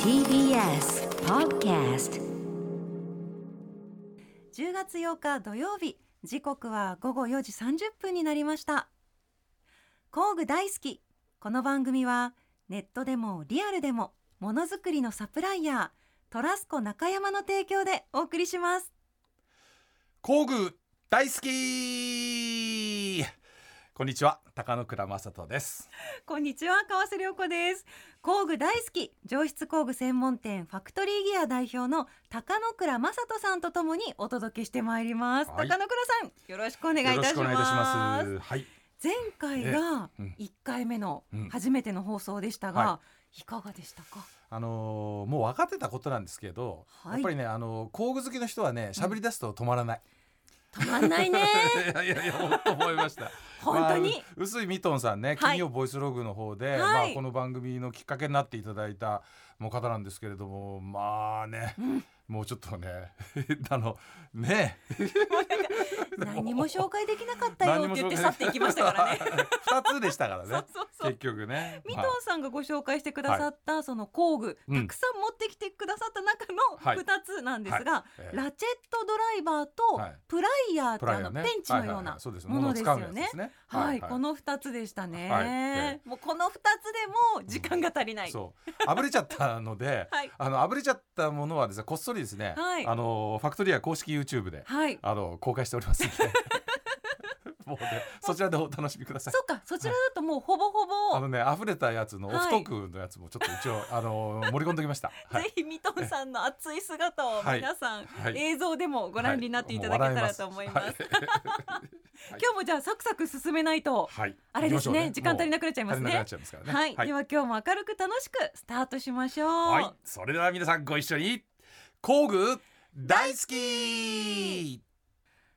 TBS Podcast 10月8日土曜日時刻は午後4時30分になりました工具大好きこの番組はネットでもリアルでもものづくりのサプライヤートラスコ中山の提供でお送りします工具大好きこんにちは高野倉正人ですこんにちは川瀬良子です工具大好き上質工具専門店ファクトリーギア代表の高野倉正人さんとともにお届けしてまいります、はい高野倉さんよろしくお願いいたしますはい前回がねうん1回目のうん初めての放送でしたが、、はいかがでしたかあのーもう分かってたことなんですけど、はいやっぱりねあのー工具好きの人はね喋り出すと止 まらない、止まんない ねいやいやいや本当思いました本当にまあう臼井ミトンさんねはい金曜ボイスログの方で、はいまあ、この番組のきっかけになっていただいたもう方なんですけれどもまあね、もうちょっとね あのね何も紹介できなかったよって言って去っていきましたから ね2つでしたからねそうそうそう結局ねミトンさんがご紹介してくださったその工具、うんたくさん持ってきてくださった中はいの2つなんですが、ええラチェットドライバーとはいプライヤーってプラあイヤのーねペンチのようはいはいはないそうですものですよ物を使うやねつ。ねはい、この2つでしたね、はいえもうこの2つでも時間が足りない、、そう炙れちゃったので はいあの炙れちゃったものはですねこっそりですね、はいあのファクトリア公式 YouTube で、はいあの公開しておりますの でもうねそちらでお楽しみくださいそ。うかそちらだともうほぼほぼ、あのね溢れたやつのオはいフトークのやつもちょっと一応、あの 盛り込んできました。はいぜひミトンさんの熱い姿をはい皆さん、はい映像でもご覧になっていただけたらと思います。ははい今日もじゃあサクサク進めないと、はい、あれですね時間足りなくくなっちゃいます足りなくなねっ。ちゃいますからね。はい、はいでは今日も明るく楽しくスタートしましょう。はい、それでは皆さんご一緒に工具大好き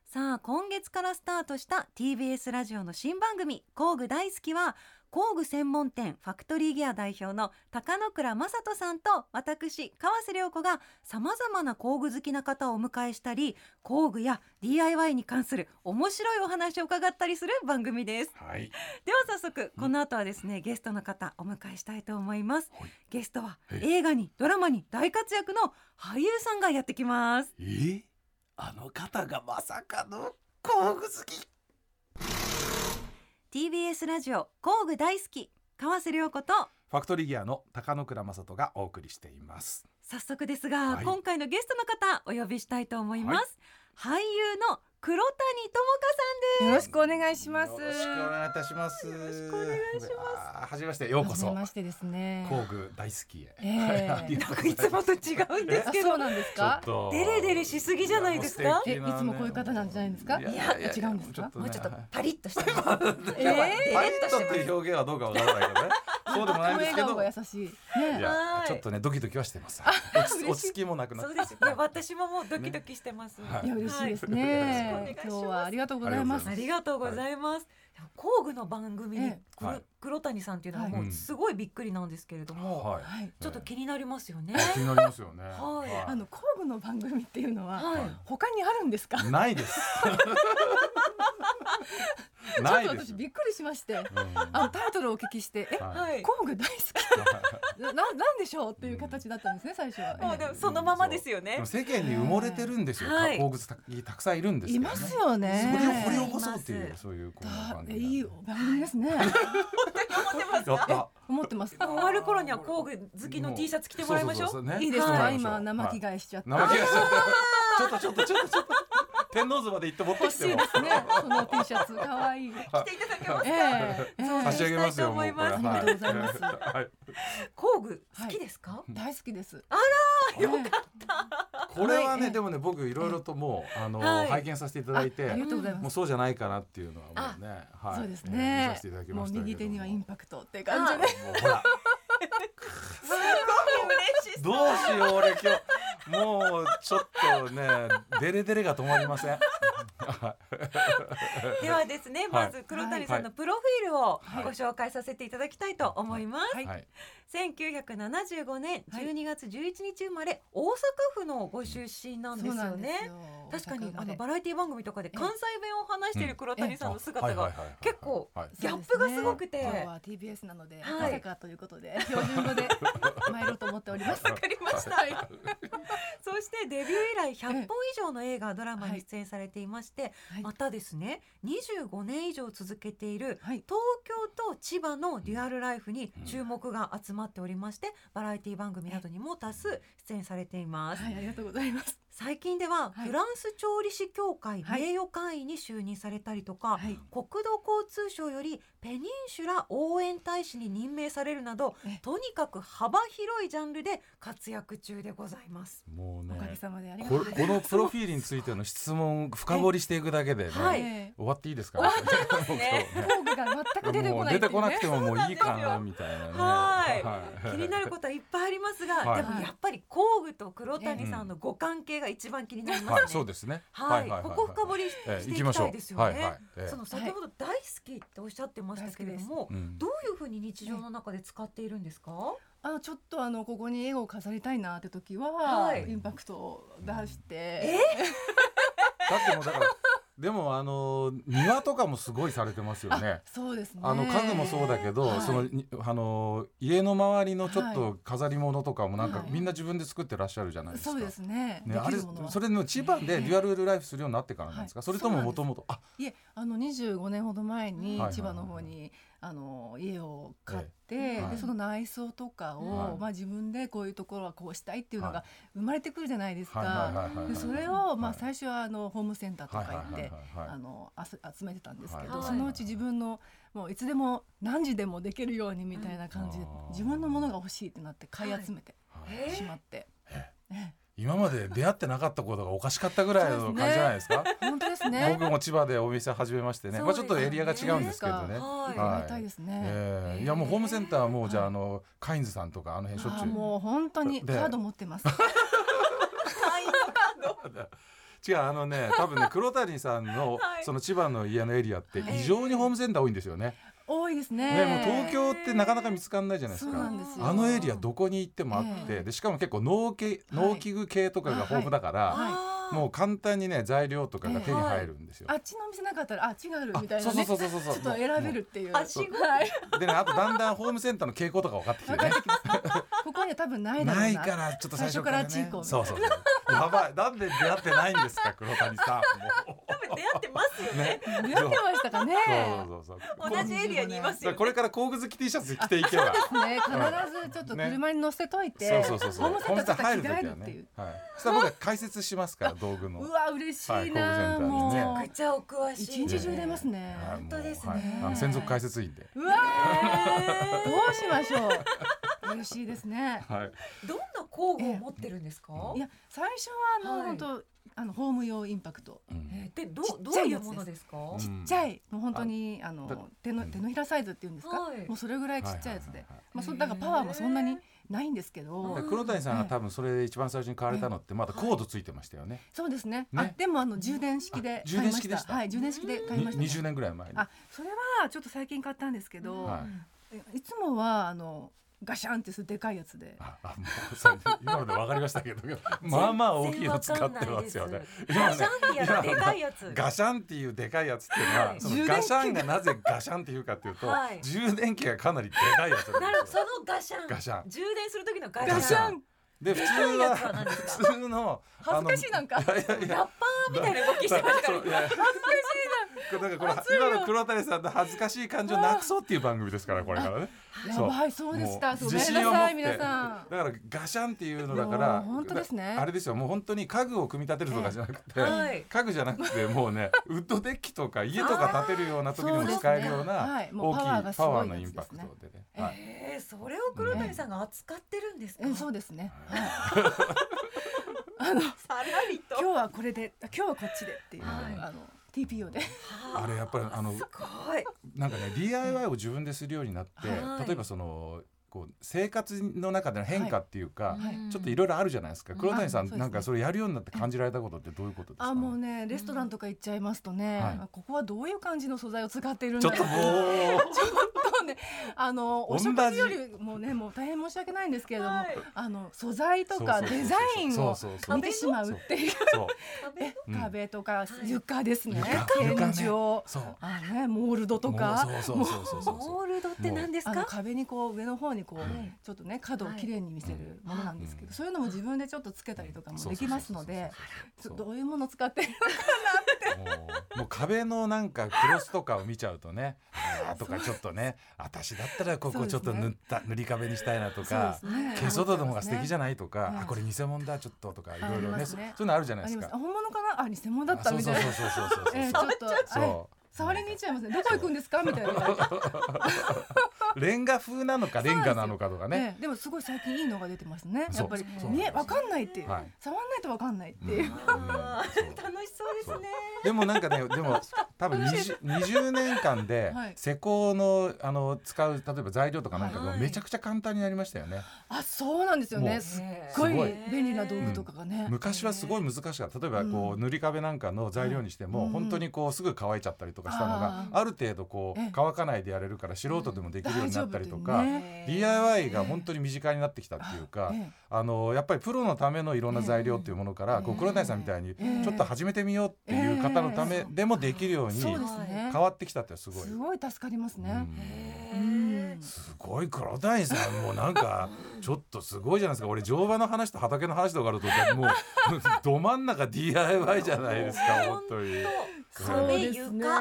さあ今月からスタートした TBS ラジオの新番組「工具大好きは」工具専門店ファクトリーギア代表の高野倉正人さんと私川瀬良子がさまざまな工具好きな方をお迎えしたり工具や DIY に関する面白いお話を伺ったりする番組です。はい、では早速この後はですねゲストの方お迎えしたいと思いますはいゲストははい映画にドラマに大活躍の俳優さんがやってきますえあの方がまさかの工具好き TBS ラジオ工具大好き川瀬良子とファクトリーギアの高野倉正人がお送りしています早速ですが、はい今回のゲストの方お呼びしたいと思います、俳優の黒谷よろしくお願いします。よろしくお願いいたしますよろしくお願いしますすはじめましてようこそはじめましてですね。工具大好きへ、ええありがとうござ友香さんまですいつもと違うんですあ、けそどうなんですちょっか。とデレデレしすぎじゃないですかやもう素敵なねえいつもこういう方なんじゃないですかいや違うんですかちょっとねもうちょっとはいパリッとした。えい やまあえパリッとっていう表現はどうかわから ないけどねそうでもないんですけこのど笑顔が優しい。ねいえやは、いちょっとね、ドキドキはしてます。落嬉ちしい落ち着きもなくなっそうて。ですね私ももうドキドキしてます、はいいや嬉しいですはいよろしね。くお願いします今日はありがとうございまあすあ。りりがとうございます、でも工具の番組にええ黒,、はい黒谷さんっていうのはもはういすごいびっくりなんですけれども、はい。はい。ちょっと気になりますよね、気になりますよね。はいあの工具の番組っていうのははい、他にあるんですか。ちょないです。っないとです私。びっくりしまして。うんあのタイトルをお聞きして、え、はいはい工具大好き。 な、なんでしょうっていう形だったんですね、最初は。もうでもそのままですよ でねも世間に埋もれてるんですよ。はい鉱物たたくさんいるんですいけどね。ますよね。それを掘りを起こそうっていいうますそういうこのだ番組なんで。いい番組ですね。思ってますやった。思っ てます。終わる頃には工具好きの T シャツ着てもらいましょうそうそうそうそうねいいですか、はい今生着替えしちゃって。生気がしちゃった。 ちょっとちょっとちょっとちょっと。天王洲まで行って持って欲きしいてでも。すね。この T シャツ可愛い。は着いていただけますか、えええ差しし上げますよ。もうこれありがとうございますはい工具好きですか、え大好きです。はいよかった。これははいえねえでもね僕いろいろともうあのはい拝見させていただいあありてがとうございますもうそうじゃないかなっていうのはもうねはいそうですえー見ねさせていただき。もまうしたけど右手にはインパクトって感じあね。もうほら嬉しいどうしよう俺今日もうちょっとね デレデレが止まりませんではですね、はいまず黒谷さんのプロフィールをご紹介させていただきたいと思います、はいはい1975年12月11日生まれ、大阪府のご出身なんですよね確かにあのバララエティ番組とかでええ関西弁を話している黒谷さんの姿はいがはいはいはい結構はいギャップがすごくて今日は TBS なのではいまさかということで標準語で来100本以上の映画ドラマに出演されていまして、はいまたですね25年以上続けているはい東京と千葉のデュアルライフに注目が集まっておりましてバラエティ番組などにも多数出演されています、はい、ありがとうございます。最近でははいフランス調理師協会はい名誉会員に就任されたりとか、はい、国土交通省よりペニンシュラ応援大使に任命されるなどえとにかく幅広いジャンルで活躍中でござい ます。もうおかげねさまでありがとうこございます。このプロフィールについての質問深掘りしていくだけでね、はいえ終わっていいですか終わっちゃいます ねえ工具が全く出てもこうない出ってていこうなねくてももういいかなみたいなね。はいは気になることはいっぱいありますが、はいでもやっぱり工具と黒谷さんのご関係が一番気になりますね。はい、そうですね。はい、ここ深掘りしえしていえ行ききましょたういです。よね。はいはい。ええその先ほど大好きっておっしゃってましたけれども、うんどういうふうに日常の中で使っているんですか？あのちょっとあのここに絵を飾りたいなって時は、はいインパクトを出して、だってもうだからでもあの庭とかもすごいされてますよね。そうですね。あの家具もそうだけど、はいそのにあの家の周りのちょっと飾り物とかもなんか、はいみんな自分で作ってらっしゃるじゃないですか。そうですね。ね、であきれるものはそれの千葉でえデえュアルライフするようになってからなんですか、はいそれとももともとあいえあの25年ほど前にはい千葉の方にあの家を買って、えはいでその内装とかを、はいまあ、自分でこういうところはこうしたいっていうのはが生まれてくるじゃないですか。はいはいはいはいでそれはを、まはあ、い最初はあのホームセンターといか行っはいてはいあはいのあす集めてたんですけはどいそのうち自分のもういつでも何時でもできるようにみたいな感じでうん自分のものが欲しいってなって買い集めてはいえしまって。ね今まで出会ってなかったことがおかしかったぐらいの感じじゃないですか。本当です ね。僕も千葉でお店始めましてね、まあちょっとエリアが違うんですけどね。ははいい、はいありがたいですね。ええいやもうホームセンターはもうじゃあはいあのカインズさんとかあの辺しょっちあゅーもう本当にカでード持って ます。う。違うあのね多分ね黒谷さん のはいその千葉の家のエリアってはい異常にホームセンター多いんですよね。多いですねね。もう東京ってなかなか見つかんないじゃないですそうなかん。ですよあのエリアどこに行ってもあっえてでしかも結構農系農機具系とかが豊富だからはいもう簡単にね材料とかが手に入るんですよあ。っちのお店なかったらあっちがあるみたいそなうそね。うそちょうそうそう。っと選べるっていう。あはいすごいでねあとだんだんホームセンターの傾向とか分かってきて分ねかってきます。ここには多分ないだろうな。ないからちょっと最初からね最初からチンコそうそうそうやばいなんで出会ってないんですか黒谷さんも多分出会ってますようね出会ってましたかね。そうそうそうそう同じエリアにいますよ、こね。これから工具好き T シャツ着ていけばね必ずちょっと車に乗せといて、そうそうそうそうホームセンターホーちょっと着替時えるっていう。はいそしたら僕は解説しますから道具のうわ嬉しいはな、いホームセンターにねもめうっちゃお詳しい。一日中出ますね。はい本当ですねもうはいあの専属解説員でうわえどうしましょう。 嬉しいですね。はいーどんな工具を持ってるんですか？いや最初はあの、はい本当あのホーム用インパクト。うんえーでどちうっどちうゃいいやうつですものですか？うんちっちゃいもう本当にあだの手のうん手のひらサイズっていうんですか、はいもうそれぐらいちっちゃいやつはでは、はまあそだからパワーもそんなにないんですけへど、ーで黒谷さんが多分それで一番最初に買われたのってまだコードついてましたよねそうですね。ねあでもあの充電式であ充買電いまし式た。でしたはい充電式で買いました、に20年ぐらい前にあそれはちょっと最近買ったんですけど、はいい、つもはあのガシャンってするでかいやつで、あ、あもうそれ今ので分かりましたけどまあまあ大きいの使ってますよね今ガシねャンってやるでかいやつ。ガシャンっていうでかいやつっていうのは、はいそのガシャンがなぜガシャンっていうかっていうと、はい充電器がかなりでかいやつななんるほどですそよ。のガシャン。ガシャン充電する時のガシャン。ガシャンで普通いやつはは何です普通の恥ずかしいなんかあのいやいやいラッやパーみたいな動きしてましたからそういやこれなんかこれ今の黒谷さんの恥ずかしい感情をなくそうっていう番組ですからこれからね。やばいそうでした。もそううごめんなさい皆さん。だからガシャンっていうのだからもう本当ですねあれですよもう本当に家具を組み立てるとかじゃなくて、はい家具じゃなくてもうねウッドデッキとか家とか建てるような時にも使えるようあそうなですねはいもう大きパワーがいすパごワーいやつですねのインパクトでね。えーはいえー、それを黒谷さんが扱ってるんですか。えそうですね。はいさらりと。今日はこれで今日はこっちでっていう、はいあの TPO で。はああれやっぱりあのすごい。なんかね DIY を自分でするようになって、はい例えばそのこう生活の中での変化っていうか、はいうんちょっといろいろあるじゃないですか。黒谷さんあそうですねなんかそれやるようになって感じられたことってどういうことですか、あもうねレストランとか行っちゃいますとね、はいここはどういう感じの素材を使っているんちょだっろとうもう ちょっとねあのお同じ正月よりもねもう大変申し訳ないんですけれども、はいあの素材とかそうそうそうそうデザインをそうそうそう見てしまうっていうそう壁うん壁とか床ですね、床天ね井、そうあのねモールドとかもうそうそうそうそうそうゴールドって何ですあのか？壁にこう上の方にこう、はいちょっとね角をきれいに見せるものなんですけど、はいそういうのも自分でちょっとつけたりとかもできますのでちそょうどういうもの使ってるもうもう壁のなんかクロスとかを見ちゃうと ねあーとかちょっとね私だったらここちょっと塗った、塗り壁にしたいなとか、そうですね消しソードの方が素敵じゃないないとか、はいあこれ偽物だちょっととかいろいありろまねすそねそういうのあるじゃないあでりすますか。本物かなあ偽物だったあみたいなそうそうそうそうそうそう、えーちょっとはいそ触りに行っちゃいますねどこ行くんですかみたいな、うレンガ風なのかレンガなのかとかねね、でもすごい最近いいのが出てますねそうやっぱりそう見えわかんないっていう、はい触んないとわかんないってうんいう、あーうんそう楽しそうですね。でもなんか ねでも多分 20, 20年間ではい施工のあの使う例えば材料とかなんかがはいめちゃくちゃ簡単になりましたよね。あそうなんですよもねうすっごいすごい便利な道具とかがね、昔はすごい難しかった例えばこう塗り壁なんかの材料にしてうもん本当にこうすぐ乾いちゃったりとかしたのがあある程度こええう乾かないでやれるから素人でもできるようになったりとか大丈夫ってね DIY が本当に身近になってきたっていうかええあのやっぱりプロのためのいろんな材料っていうものからこう黒谷さんみたいにええちょっと始めてみようっていう方のためでもできるようにそうで変すねわってきたってすごいす。ごい助かりますね、うんうんすごい黒谷さんもうなん かちょっとすごいじゃないですか俺乗馬の話と畑の話とかあるとも うど真ん中 DIY じゃないですか本当に。そう壁ですね床。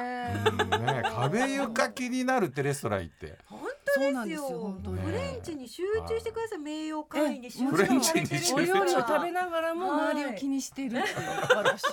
うんね、壁床気になるってレストラン行って本当そうなんでですすよよ本当にフレンチに集中してください名誉会に集え中フレンチにしてお料理を食べなながらもはい周りを気にしているっていう素晴らしい。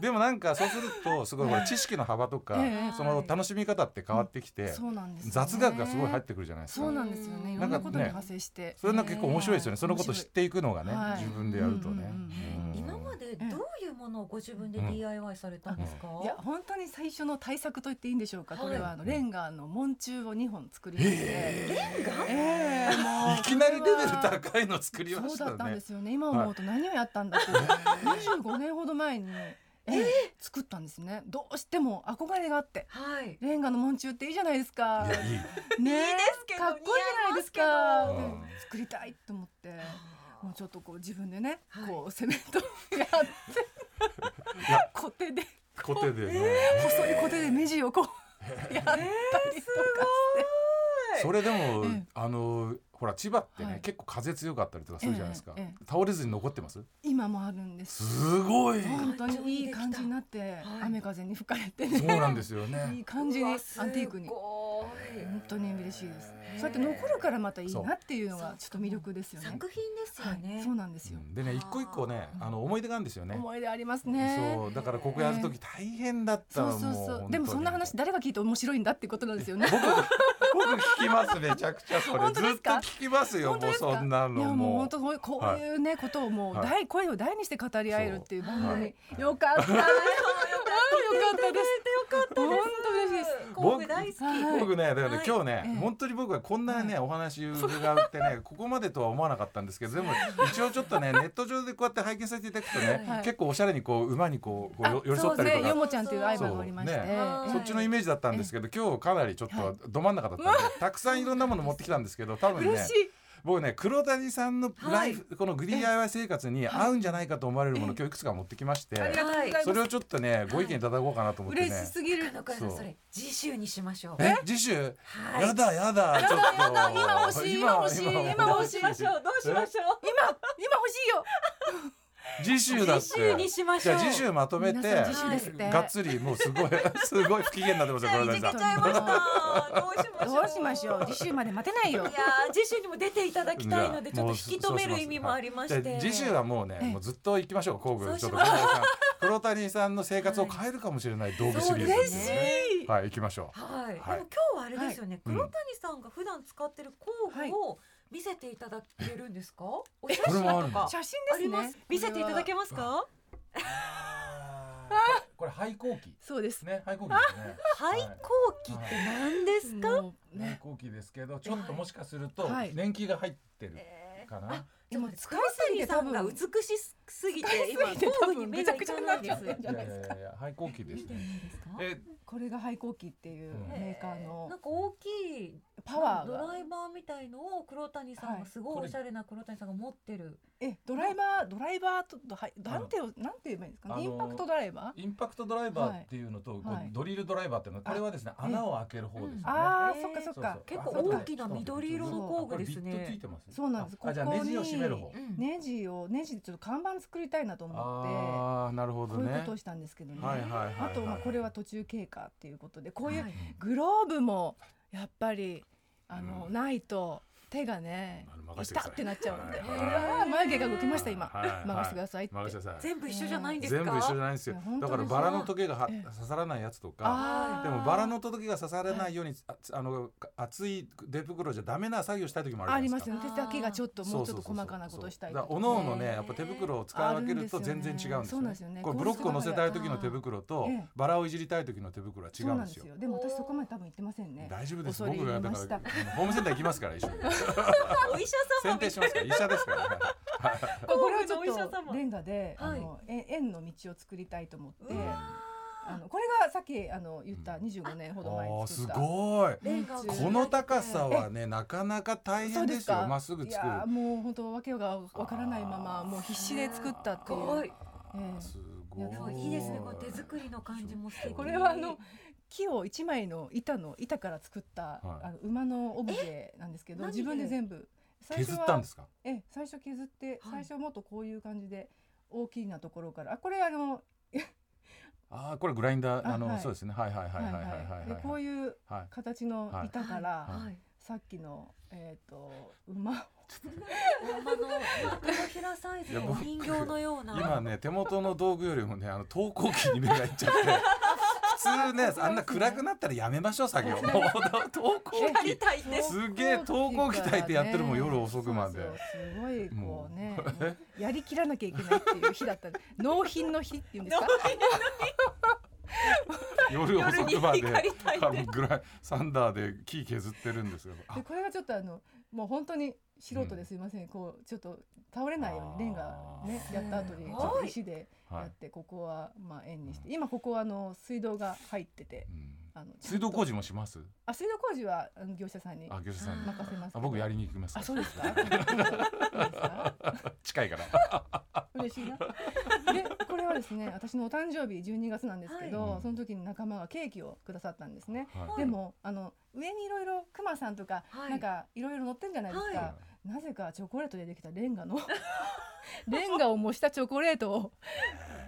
でもなんかそうするとすごいほら知識の幅とか、ええその楽しみ方って変わってきて、 そうなんです、ね。雑学がすごい入ってくるじゃないですそうか。なんですよね。いろなんんかなねことに派生して。それなんか結構面白いですよはねそのこと知っていくのがね、はい自分でやるとね。うんうん今までどういうものをご自分で DIY されたんですか、面白いいや本当に最初の対策と言っていいんでしょうか。これはあのはいレンガの門柱を二本作りまして。レンガ？ええもういきなりレベルい。高いの作りまそうしだったたんねで。すよね。今思うと何をやったんだっていう。25年ほど前に、ええ作ったんですね。どうしても憧れがあって。はいレンガの門柱っていいじゃないですかい。やいいねえいいですけどかっこいいじゃないですか似合いますけどで作りたいと思ってもうちょっとこう自分でね、はいこうセメントをやっていやコテでコテでね、細いコテで目地をこうやったりとかそれでも、ええあのほら千葉ってね、はい結構風強かったりとかするじゃないですか、えええ倒れずに残ってます今もあるんですすごい本当にいい感じになって、雨風に吹かれてそうねなんですよいいね感じにアンティークにす本ごい当に嬉しいですそうやって残るからまたいいなっていうのがちょっと魅力ですよね作品ですよはねい、そうなんですうよ、んでね一個一個ねあの思い出があるんですよね思い出ありますねそうだからここやるとき大変だったそわうそうもう本そ当うにでもそんな話誰が聞いて面白いんだってことなんです よね僕僕聞きますめちゃくちゃそれ本ず当っですとか聞きますよ本当もうですかそんないのやもうも本当こうこういうね、ことをもう大、は声を大にして語り合えるっていう番組、はいよかったよかよったですかった本当嬉しいです工具 大好きはい僕ねだからね、はい今日ね、ええ本当に僕はこんなね、お話伺うって ねここまでとは思わなかったんですけどでも一応ちょっとねネット上でこうやって拝見させていただくとね、はい結構おしゃれにこう馬にこうこうよ寄りそ添うったでりとすねよか。もちゃんという相棒がおりまして、そうねはいそっちのイメージだったんですけど、今日かなりちょっはいとど真ん中だったんで、たくさんいろんなもの持ってきたんですけど多分ね嬉しい僕ね黒谷さんのライフ、このグリーン DIY 生活に合うんじゃないかと思われるもの、今日いくつか持ってきまして、ありがとうございます、それをちょっとねご意見いただこうかなと思ってね、嬉しすぎる中野さんそれ次週にしましょうえ次週、はいやだやだちょっと今欲しい今欲しい今欲どうしいしましょうどうしましょう今今欲しいよ次週だって次週にしましじょゃうあ次週まとめて皆さん次週ですってがっつりもうすごい すごい不機嫌になってますよ黒い田じけさちんゃいましたどうしましょうどうしましょう次週まで待てないよいやー次週にも出ていただきたいのでちょっと引き止める意味もありましじゃてあ次週はもうねええもうずっと行きましょう工具そうちょしっとま黒しょう谷さん黒谷さんの生活を変えるかもしれない道具シリーズそう嬉でしすねねい、はい行きましょ うはい、でもはい今日はあれですよね、はい黒谷さんが普段使ってる工はい具を見せていただけるんですか、お写これ真もあだるとんかだ写真あですりねます見せていただけますかこれ廃校機そうですね廃校機ですね廃校機って何ですか、 もうね年後期ですけどちょっともしかするとはい年季が入ってるえーかな、でも今塚谷さんが美しすぎて今使いすぎて多工分具に目がいかないです。ぐちゃぐちゃになっちゃってんじゃないですかいやいやいや、反抗期ですね。え、これが廃校機っていうメーカーのなんか大きいパワードがライバーみたいのを黒谷さんがすごいおしゃれな黒谷さんが持ってる。えドライバードライバーとはいなんてよなんて言えばいいんですかあのねインパクトドライバーインパクトドライバーっていうのと、こうはいドリルドライバーっていうのは、これはですね、あ穴を開ける方ですうね。んあえーーそっかそそっうそうか結あ構そうか大きな緑色の工具ですねそうこれビットついてますそうなんですああじゃあここネにジを締める方。ネジをネジでちょっと看板作りたいなと思っああ、なるほてどこういうねことを。したんですけどねはいはいはいはいあとまあこれは途中経過っていうことでこういうはいグローブもやっぱりあのうないと手がねあの任せてくださ痛いってなっちゃうのではういわー眉毛が動きました今はいはい任せてくださいって任せてください。全部一緒じゃないんですか。全部一緒じゃないんですよいや本。当だにからバラの時計がはええ刺さらないやつとか。あーでもバラの時計が刺されないように、あつあのか厚い出袋じゃダメな作業したい時もあるあじりゃないまですすか。よね手先がちょっとそもううちそょうそっとうそう細かなことしたりだとからかおのおのねやっぱ手袋を使い分けると全然違うんですそようなんでねすよねこれブロックを乗せたい時の手袋とええバラをいじりたい時の手袋は違そううんなでんですすよよでも私そこまで多分言ってませんね大丈夫です恐僕れがだ入りまかしたらホームセンター行きますから一緒に お医者様選みた定しますから医者ですからこれをちお医者ょっ様とレンガで、はいあのえ円の道を作りたいと思ってうわあのこれがさっきあの言った25年ほど前おーに作すった、ごいレンガを作りたいこの高さはねなかなか大そ変うでですすよかまっすぐい作るやーもう本当わけがわからないままもう必死で作ったっていすうごい。ええすごすごいいいですね。この手作りの感じも素敵。これはあの木を一枚の板の板から作った、はいあの馬のオブジェなんですけど何で自分で全部最削ったんですすかええ最初削って、はい最初はもっとこういう感じで大きなところからあこれあのああこれグラインダーああのはいそうですねはいはいはいはいはいはいでこうはいいうはい形の板から、はいはい。さっきのえっ、と馬を馬の手のひらサイズいやの僕人形のような。今ね手元の道具よりもねあの投光器に目がいっちゃって普通ねあんな暗くなったらやめましょう作業もう 投光やり器たいです。 すげえ投光器焚いてやってるもんね夜遅くまでそうそうすごいこもううねやりきらなきゃいけないっていう日 だった納品の日っていうんですか夜遅くま夜でに光焚いてあのグライサンダーで木削ってるんですよあでこれがちょっとあのもう本当に素人ですいません、こうちょっと倒れないようにレンガねあーやった後にすちごょいっと石ではやいってここはまあ円にして今ここはあの水道が入っててうんあのちゃんと水道工事もしますあ水道工事はあの業者さんにあ業者さんに任せますあ僕やりに行きますあそうですかそうですか 近いから嬉しいな。でこれはですね私のお誕生日12月なんですけど、はいその時に仲間がケーキをくださったんですね。はいでもあの上にいろいろクマさんとか、はいなんかいろいろ乗ってんじゃないですか、はなぜかチョコレートでできたレンガの レンガを模したチョコレートを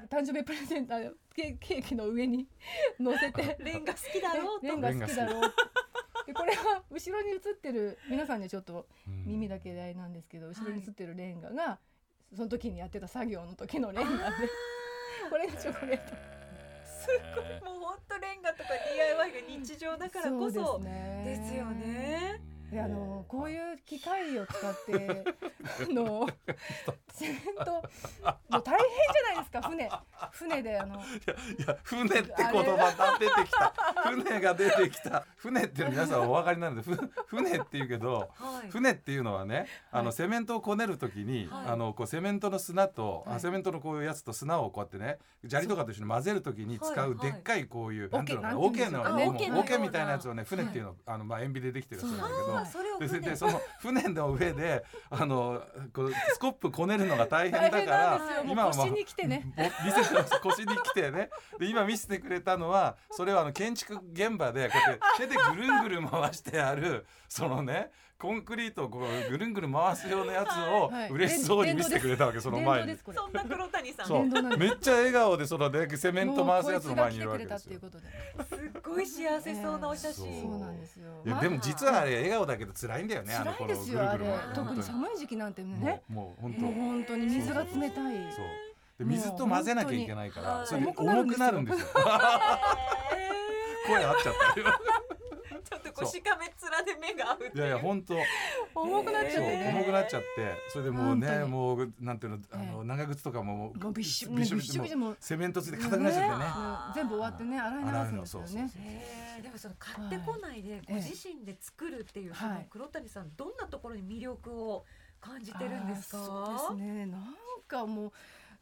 誕生日プレゼントあのケケーキの上に乗せてレンガ好きだろうレンと。ガ好きだろうでこれは後ろに映ってる皆さんにはちょっとうん耳だけであれなんですけど後ろに映ってるレンガが、その時にやってた作業の時のレンガで これがチョコレートへーすごいもう本当レンガとか DIY が日常だからこそ。ねですよね。であのこういう機械を使って あの自然ともう大変じゃないですか船船であのいや船って言葉が出てきた船が出てきた船って皆さんお分かりなのでふ船って言うけどはい。船っていうのはねあはのいセメントをこねる時に、はいあのこうセメントの砂と、あはいセメントのこういうやつと砂をこうやってね砂利とかと一緒に混ぜる時に使はいうはいでっかいこういう、桶ていうのかななんてい桶うんでのすかもあう桶のような桶みたいなやつをね船っていうの,、あのまあ塩ビでできてるやつなんだけどあ。それをでそれ船でその船の上であのこうスコップこねるのが大変だか大ら変なんですよ今もはうまあ腰に来てねぼ見せてます腰に来てねで今見せてくれたのはそれはあの建築現場でこうやって手でぐるんぐるん回してあるそのねコンクリートをこうぐるんぐるん回すようなやはいつを嬉しそうに見せてくれたわけその電前動にです。これそんな黒谷さん。すそう電動なんですめっちゃ笑顔でそのねセメント回すやつの前にいるもわうけこいつが来てくれたですっよていう。ことでっごい幸せそうなお写ええそう真。なんですよいやでも実はあれ笑顔だけど辛いんだよねあの辛い頃でぐするぐよあるれ回る特に本寒い時期なんて当にねもうもう本もう当本当に水が冷たいそうで水と混ぜなきゃいけないかもうらそれで本当に重くなるんですよ声合っちゃったちょっとこしかめ面で目が合うっていやいいやう。本当重くなっちそゃってう重ねくなっちゃってそれでもうねも本うなんていうのあえの長靴とかももうびっしょびびっっししょょびっしょびっしょびっしょもうセメントついて硬くなっちゃってねもう全部終わってね洗い流すんですよ洗うのねそうえーでもその買ってこないでご自身で作るっていうそはのい黒谷さんどんなところに魅力を感じてるんですかあーそうですねなんかもう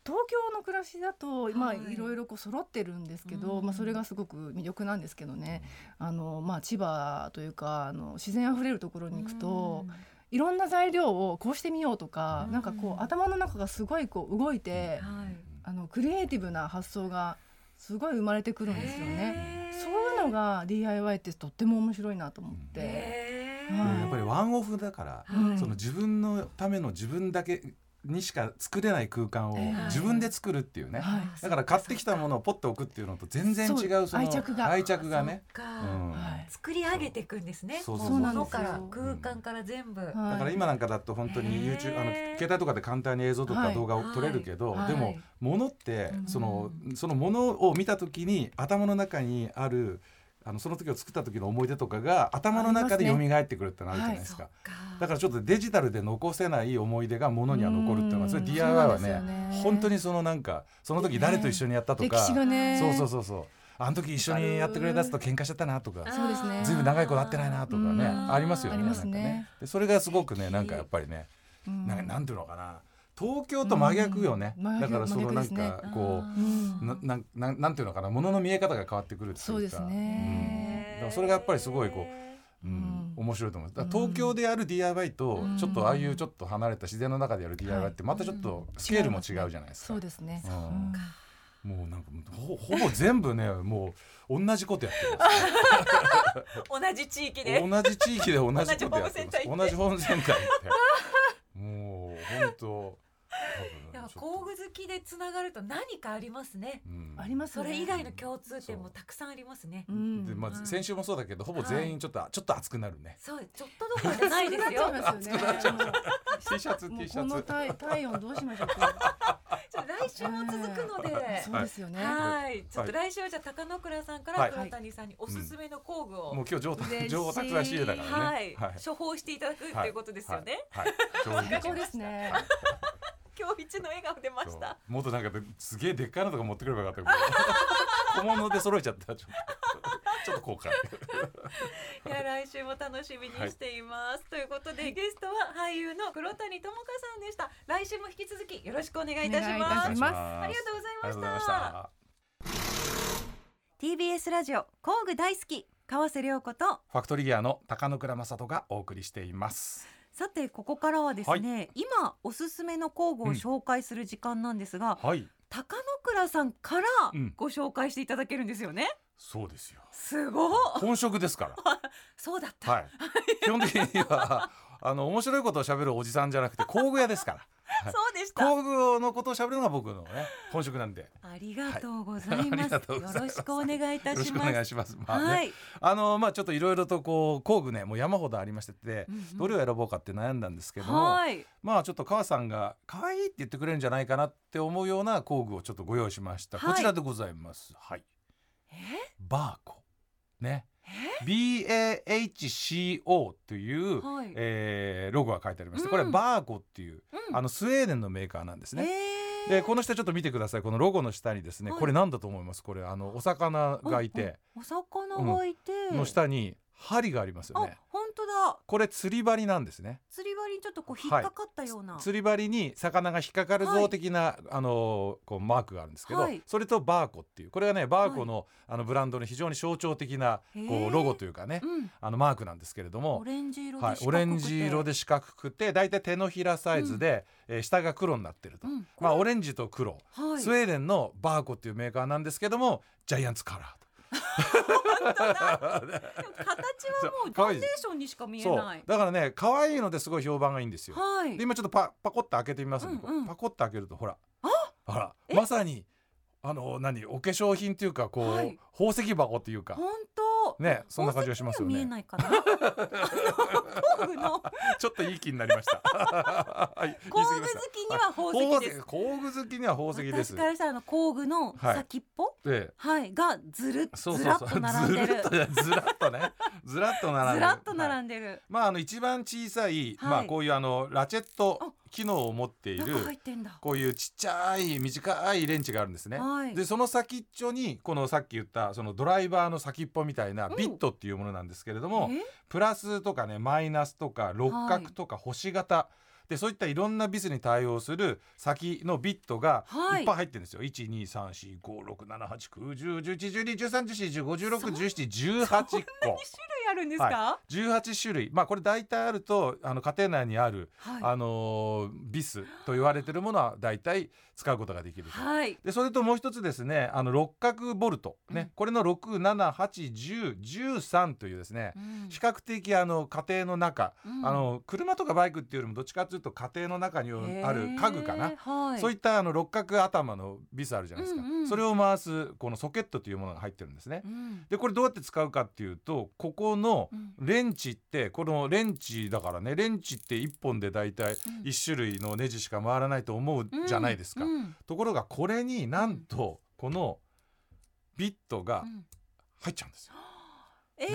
東京の暮らしだと、まあはいいろいろこう揃ってるんですけど、うんまあそれがすごく魅力なんですけどね。あのまあ千葉というかあの自然あふれるところに行くと、いろんな材料をこうしてみようとか、うんなんかこう頭の中がすごいこう動いて、うんはいあのクリエイティブな発想がすごい生まれてくるんですよね。へーそういうのが DIY ってとっても面白いなと思って。へはーいやっぱりワンオフだから、はうんその自分のための自分だけにしか作れない空間を自分で作るっていうね、はいだから買ってきたものをポッと置くっていうのと全然違うそのそう愛着が愛着がね、そっかうんはい作り上げていくんですね。そうそうもそうなん物ですよから空間から全部。はだいから今なんかだと本当に YouTube あのへー携帯とかで簡単に映像とかはい動画を撮れるけど、はいではもい物ってうんそのその物を見た時に頭の中にあるあのその時を作った時の思い出とかが頭の中であ蘇りますってくるってのあるじゃないですか、だからちょっとデジタルで残せない思い出が物には残るっていうのはそれ DIY はね本当にそのなんかその時誰と一緒にやったと歴か、史がねそうそうそうそうあの時一緒にやってくれたやつと喧嘩しちゃったなとかあーそうですねずいぶん長いこと会ってないなとかねうんありますよねありますなんかねでそれがすごくねなんかやっぱりねうんなんかなんていうのかな東京と真逆よね、うん真だ逆からその真な逆んですねかこううんななんなんなんていうのかなものの見え方が変わってくるっていうかそうですねうんだからそれがやっぱりすごいこううんうん面白いと思うだからうん東京でやる DIY とうんちょっとああいうちょっと離れた自然の中でやる DIY ってまたちょっとスケールも違うじゃないですかそうですね。ううんんもうなんかほほぼ全部ねもう同じことやってるんです同じ地域で。同じ地域で同じことやってます同同じホームセンター行 ってもう本当いや工具好きでつながると何かありますね。ありますすそね。れ以外の共通点もたくさんありますねう。んでまうあん先週もそうだけどほぼ全員ちょっとちょっと熱くなる ねそうちょっとどころじゃないです よ。 熱くなっちゃいますよね。 T シャツもう T シこャのツ体体温どうしましょ うか。ちょっと来週も続くので。そうですよね。はい、ちょっと来週はじゃあ高野倉さんかはらい黒谷さんにおすすめの工具を、もう今日上嬉し達い上達らしいだからねはい、処方していただくっていうことですよね。はいはいはい最高ですね。今日一の笑顔出まそしうた。もっとなんかですげえでっかいのとか持ってくればよかったけど小物で揃えちゃったちょっとちょっと後悔いや、来週も楽しみにしています。ということで、ゲストは俳優の黒谷友香さんでした。来週も引き続きよろしくお願いいたしお願いいまたすし。ますありがとうございましたありがとうございました。 TBS ラジオ工具大好き川瀬良子とファクトリーギアの高野倉正人がお送りしています。さてここからはですね、今おすすめの工具をうん紹介する時間なんですが、はい、高野倉さんからうんご紹介していただけるんですよね、そうですよ。すごっ本職ですから。そうだ った、はい。基本的にはあの面白いことを喋るおじさんじゃなくて工具屋ですから。はいそうでした工具のことを喋るのが僕のね本職なん で。よありがとうございます、はいありがとうございよまろすしくお願いいたろししくおます願いします。まあね、はい、あのまあちょっといろいろとこう工具ねもう山ほどありましてて、うんうんどれを選ぼうかって悩んだんですけども、はいまあちょっと川さんが可愛いって言ってくれるんじゃないかなって思うような工具をちょっとご用意しました。はいこちらでございます。はい。えバーコね。B A H C O という、はいえーロゴが書いてありまして、うんこれバーコっていう、うんあのスウェーデンのメーカーなんですね。えーでこの下ちょっと見てくださいこのロゴの下にですね、はいこれなんだと思いますこれあのお魚がいてお魚がいて、の下に針がありますよあね本当だこれ釣り針なんですね釣り針にちょっとこう引っかかったような、釣り針に魚が引っかかるは像い的な、あのこうマークがあるんですけど、はいそれとバーコっていうこれがねバーコの,、あのブランドの非常に象徴的なへこーうロゴというかね、うんあのマークなんですけれどもオレンジ色ではい、オレンジ色で、で四角くて大体手のひらサイズで、えー下が黒になってると、うんまあ、オレンジと黒、はい、スウェーデンのバーコっていうメーカーなんですけどもジャイアンツカラーと。でも形はもそううフ可ァ愛ンいデーションにしか見えそうない。だからね可愛いのですごい評判がいいんですよ。はいで。今ちょっとパパコッと開けてみますんで、うんうんパコッと開けるとほらあほらえまさにあの何お化粧品っていうかこう、はい宝石箱っていうか本当。ねそんな感じがしますよ宝ね石には見えないか な。あの工具のちょっといい気になりま した。はい工言い具過好ぎましたきには宝石です。工具好きには宝石です私か。らしたらあの工具の先っぽ、ええはい、がずるっそうずそらうっそうと並んでる。ずるっ とずらっとねずらっと並ずんでるらっとはい並んでる。まああの一番小さい、はいまあこういうあのラチェッあト機能を持っている中入ってんだ。こういうちっちゃい短いレンチがあるんですね。はいでその先っちょにこのさっき言ったそのドライバーの先っぽみたいなビットっていうものなんですけれども、えプラスとかねマイナスとか六角とか星型でそういったいろんなビスに対応する先のビットがはいいっぱい入ってるんですよ。1 2 3 4 5 6 7 8 9 1 0 1 1 1 2 1 3 1 4 1 5 1 6 1 7 1 8個あるんですか。 18種類まあこれ大体あるとあの家庭内にある、はい。あのービスと言われてるものは大体使うことができると。はい。でそれともう一つですねあの六角ボルト、ねうんこれの67810113というですね、比較的あの家庭の中、うんあの車とかバイクっていうよりもどっちかというと家庭の中にある家具かなへー。はい。そういったあの六角頭のビスあるじゃないですか、うんうんそれを回すこのソケットというものが入ってるんですね。うんでこれどうやって使うかっていうとここのうんレンチってこのレンチだからねレンチって1本で大体うん1種類のネジしか回らないと思うじゃないですか。うんところがこれになんとこのビットがうん入っちゃうんですよ。え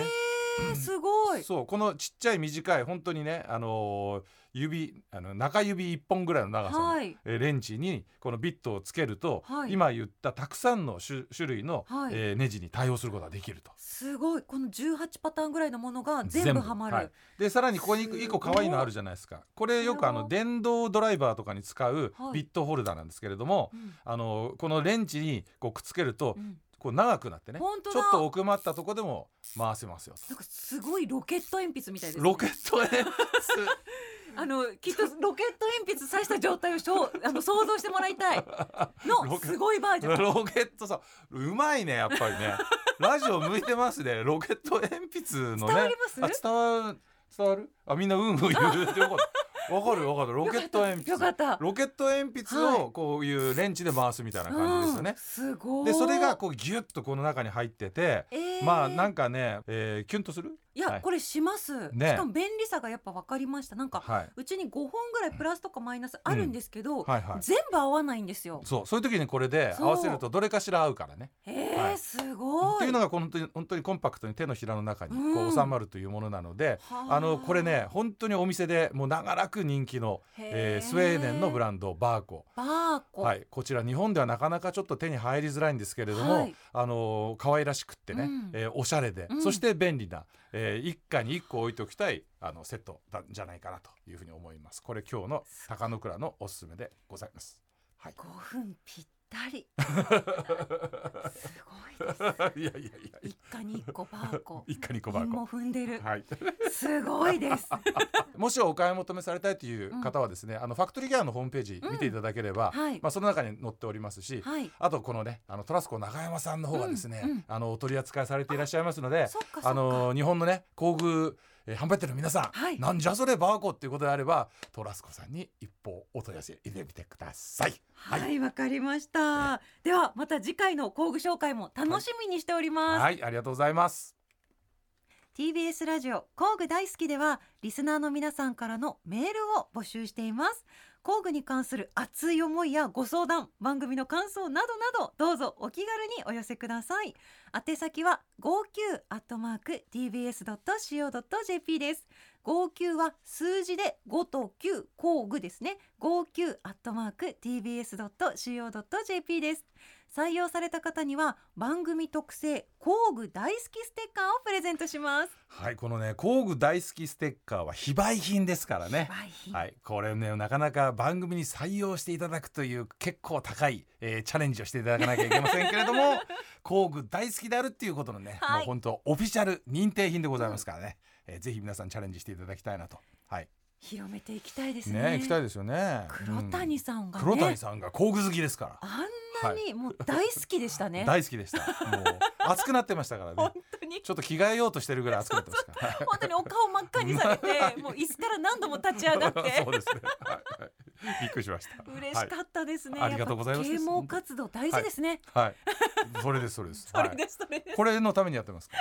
ー、すごい。そうこのちっちゃい短い本当にね、あのー指あの中指1本ぐらいの長さの、はい。えーレンチにこのビットをつけると、はい今言ったたくさんの種種類の、はいえーネジに対応することができると。すごい。この18パターンぐらいのものが全部はまはいる。でさらにここにすごい1個可愛いのあるじゃないですかこれよくあこのれ電動ドライバーとかに使うはいビットホルダーなんですけれども、うんあのーこのレンチにこうくっつけると、うんこう長くなってね本当ちょだっと奥まったとこでも回せますよとなんかすごいロケット鉛筆みたいです、ね。ロケット鉛筆あのきっとロケット鉛筆刺した状態をし ょうあの想像してもらいたいのロケす ごいバージョン。ロケットさうまいねやっぱりねラジオ向いてますねロケット鉛筆のね伝わりますあ伝わる伝わるあみんなうんうん言うってよかったわかるわかるロケット鉛筆よかった ロケット鉛筆はをこういうレンチで回すみたいな感じですようねん、すごい。でそれがこうギュッとこの中に入ってて、えーまあなんかね、えーキュンとするいや、はいこれします、ねしかも便利さがやっぱ分かりましたなんか、はいうちに5本ぐらいプラスとかマイナスあるんですけど、はいはい全部合わないんですよそうそういう時にこれで合わせるとどれかしら合うからねえーはいすごいっていうのがこの本当に本当にコンパクトに手のひらの中にこうんう収まるというものなので、はああのこれね本当にお店でもう長らく人気の、えースウェーデンのブラランドバーコ。バーコ、はい、こちら日本ではなかなかちょっと手に入りづらいんですけれども、はいあのー可愛らしくってね、うんえーおしゃれで、うんそして便利な、えー一家に一個置いておきたいあのセットなんじゃないかなというふうに思います。これ今日の高野倉のおすすめでございます。 はい、 5分ぴったりすごいですいやいやいや一家に一個バーコ 一家に一個バ韻ーもコ。踏んでる、はいすごい ですもしお買い求めされたいという方はですね、あのファクトリーギアのホームページ見ていただければ、うんはいまあその中に載っておりますし、はいあとこのねあのトラスコ長山さんの方がですね、うんうんあのお取り扱いされていらっしゃいますのでそっかそっかあの日本のね工具、えー販売店の皆さん、はいなんじゃそれバーコっていうことであればトラスコさんに一報お問い合わせ入れてみてください。はいわ、かりました、ではまた次回の工具紹介も楽しみにしております、はい、ありがとうございます。 TBS ラジオ工具大好きではリスナーの皆さんからのメールを募集しています工具に関する熱い思いやご相談番組の感想などなどどうぞお気軽にお寄せください宛先は59アットマーク tbs.co.jp です59は数字で5と9工具ですね59アットマーク tbs.co.jp です採用された方には番組特製工具大好きステッカーをプレゼントしますはい、このね工具大好きステッカーは非売品ですからね。バイヒはい、これねなかなか番組に採用していただくという結構高い、えーチャレンジをしていただかなきゃいけませんけれど も工具大好きであるっていうことのね、はいもう本当オフィシャル認定品でございますからね、えーぜひ皆さんチャレンジしていただきたいなと。はい、広めていきたいですねね行きたいですよね。黒うん谷さんがね、黒谷さんが工具好きですから。あんなにもう大好きでしたね、 大好きでした。もう熱くなってましたからね。本当にちょっと着替えようとしてるぐらい熱くなっ てましたから。本当にお顔真っ赤にされ てもう椅子から何度も立ち上がってそうですね。はいはいびっくりしました。嬉しかったですね、はいありがとうございますやっぱ啓蒙活動大事ですね、はい。はい。それですそ れです。それですそれですこれのためにやってますか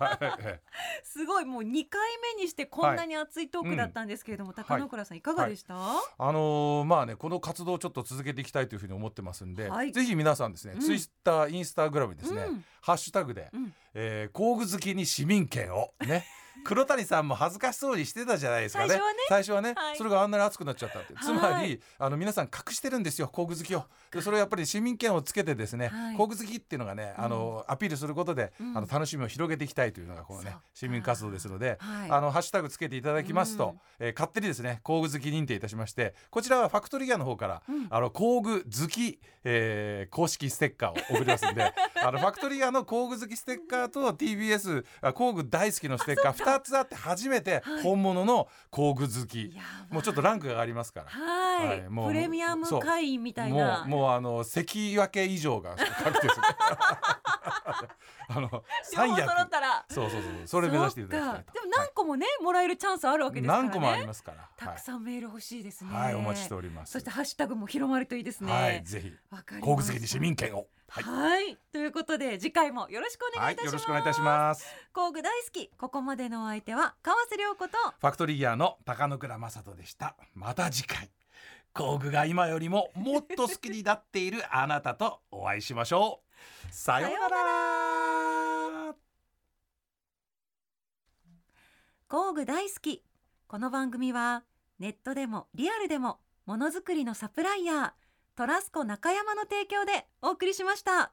ら。はいはいはいすごいもう2回目にしてこんなに熱いトークだったんですけれども、高野倉さんいかがでした、あのーまあねこの活動をちょっと続けていきたいというふうに思ってますんで、はいぜひ皆さんですね、うんツイッターインスタグラムにですね、うんハッシュタグで、うんえー工具好きに市民権をね、黒谷さんも恥ずかしそうにしてたじゃないですかね最初はねはいそれがあんなに熱くなっちゃったってつまはりあの皆さん隠してるんですよ工具好きをでそれをやっぱり市民権をつけてですね、はい工具好きっていうのがねあの、アピールすることで、うんあの楽しみを広げていきたいというのがこのそうねか市民活動ですので、はいあのハッシュタグつけていただきますと、うんえー勝手にですね工具好き認定いたしましてこちらはファクトリーギアの方から、あの工具好き、えー公式ステッカーを送ります んであのファクトリーギアの工具好きステッカーと TBS あ工具大好きのステッカー2つあって初めて本物の工具好き、やばいもうちょっとランクが上がりますから。はい、はいもうプレミアム会員みたいなもうもうあの関脇以上が 確定するあの三両方役揃ったらそうそうそうそれ目指していただきそたういかとでも何個もね、もらえるチャンスあるわけですからね何個もありますからたくさんメール欲しいですねはい、はい、お待ちしておりますそしてハッシュタグも広まるといいですねはいぜひわかりました工具好きに市民権をはい、ということで次回もよろしくお願はいいいいたしよます、ろしくお願いいたします工具大好きここまでのお相手は川瀬良子とファクトリーギアの高野倉正人でしたまた次回工具が今よりももっと好きになっているあなたとお会いしましょうさようなら工具大好きこの番組はネットでもリアルでもものづくりのサプライヤートラスコ中山の提供でお送りしました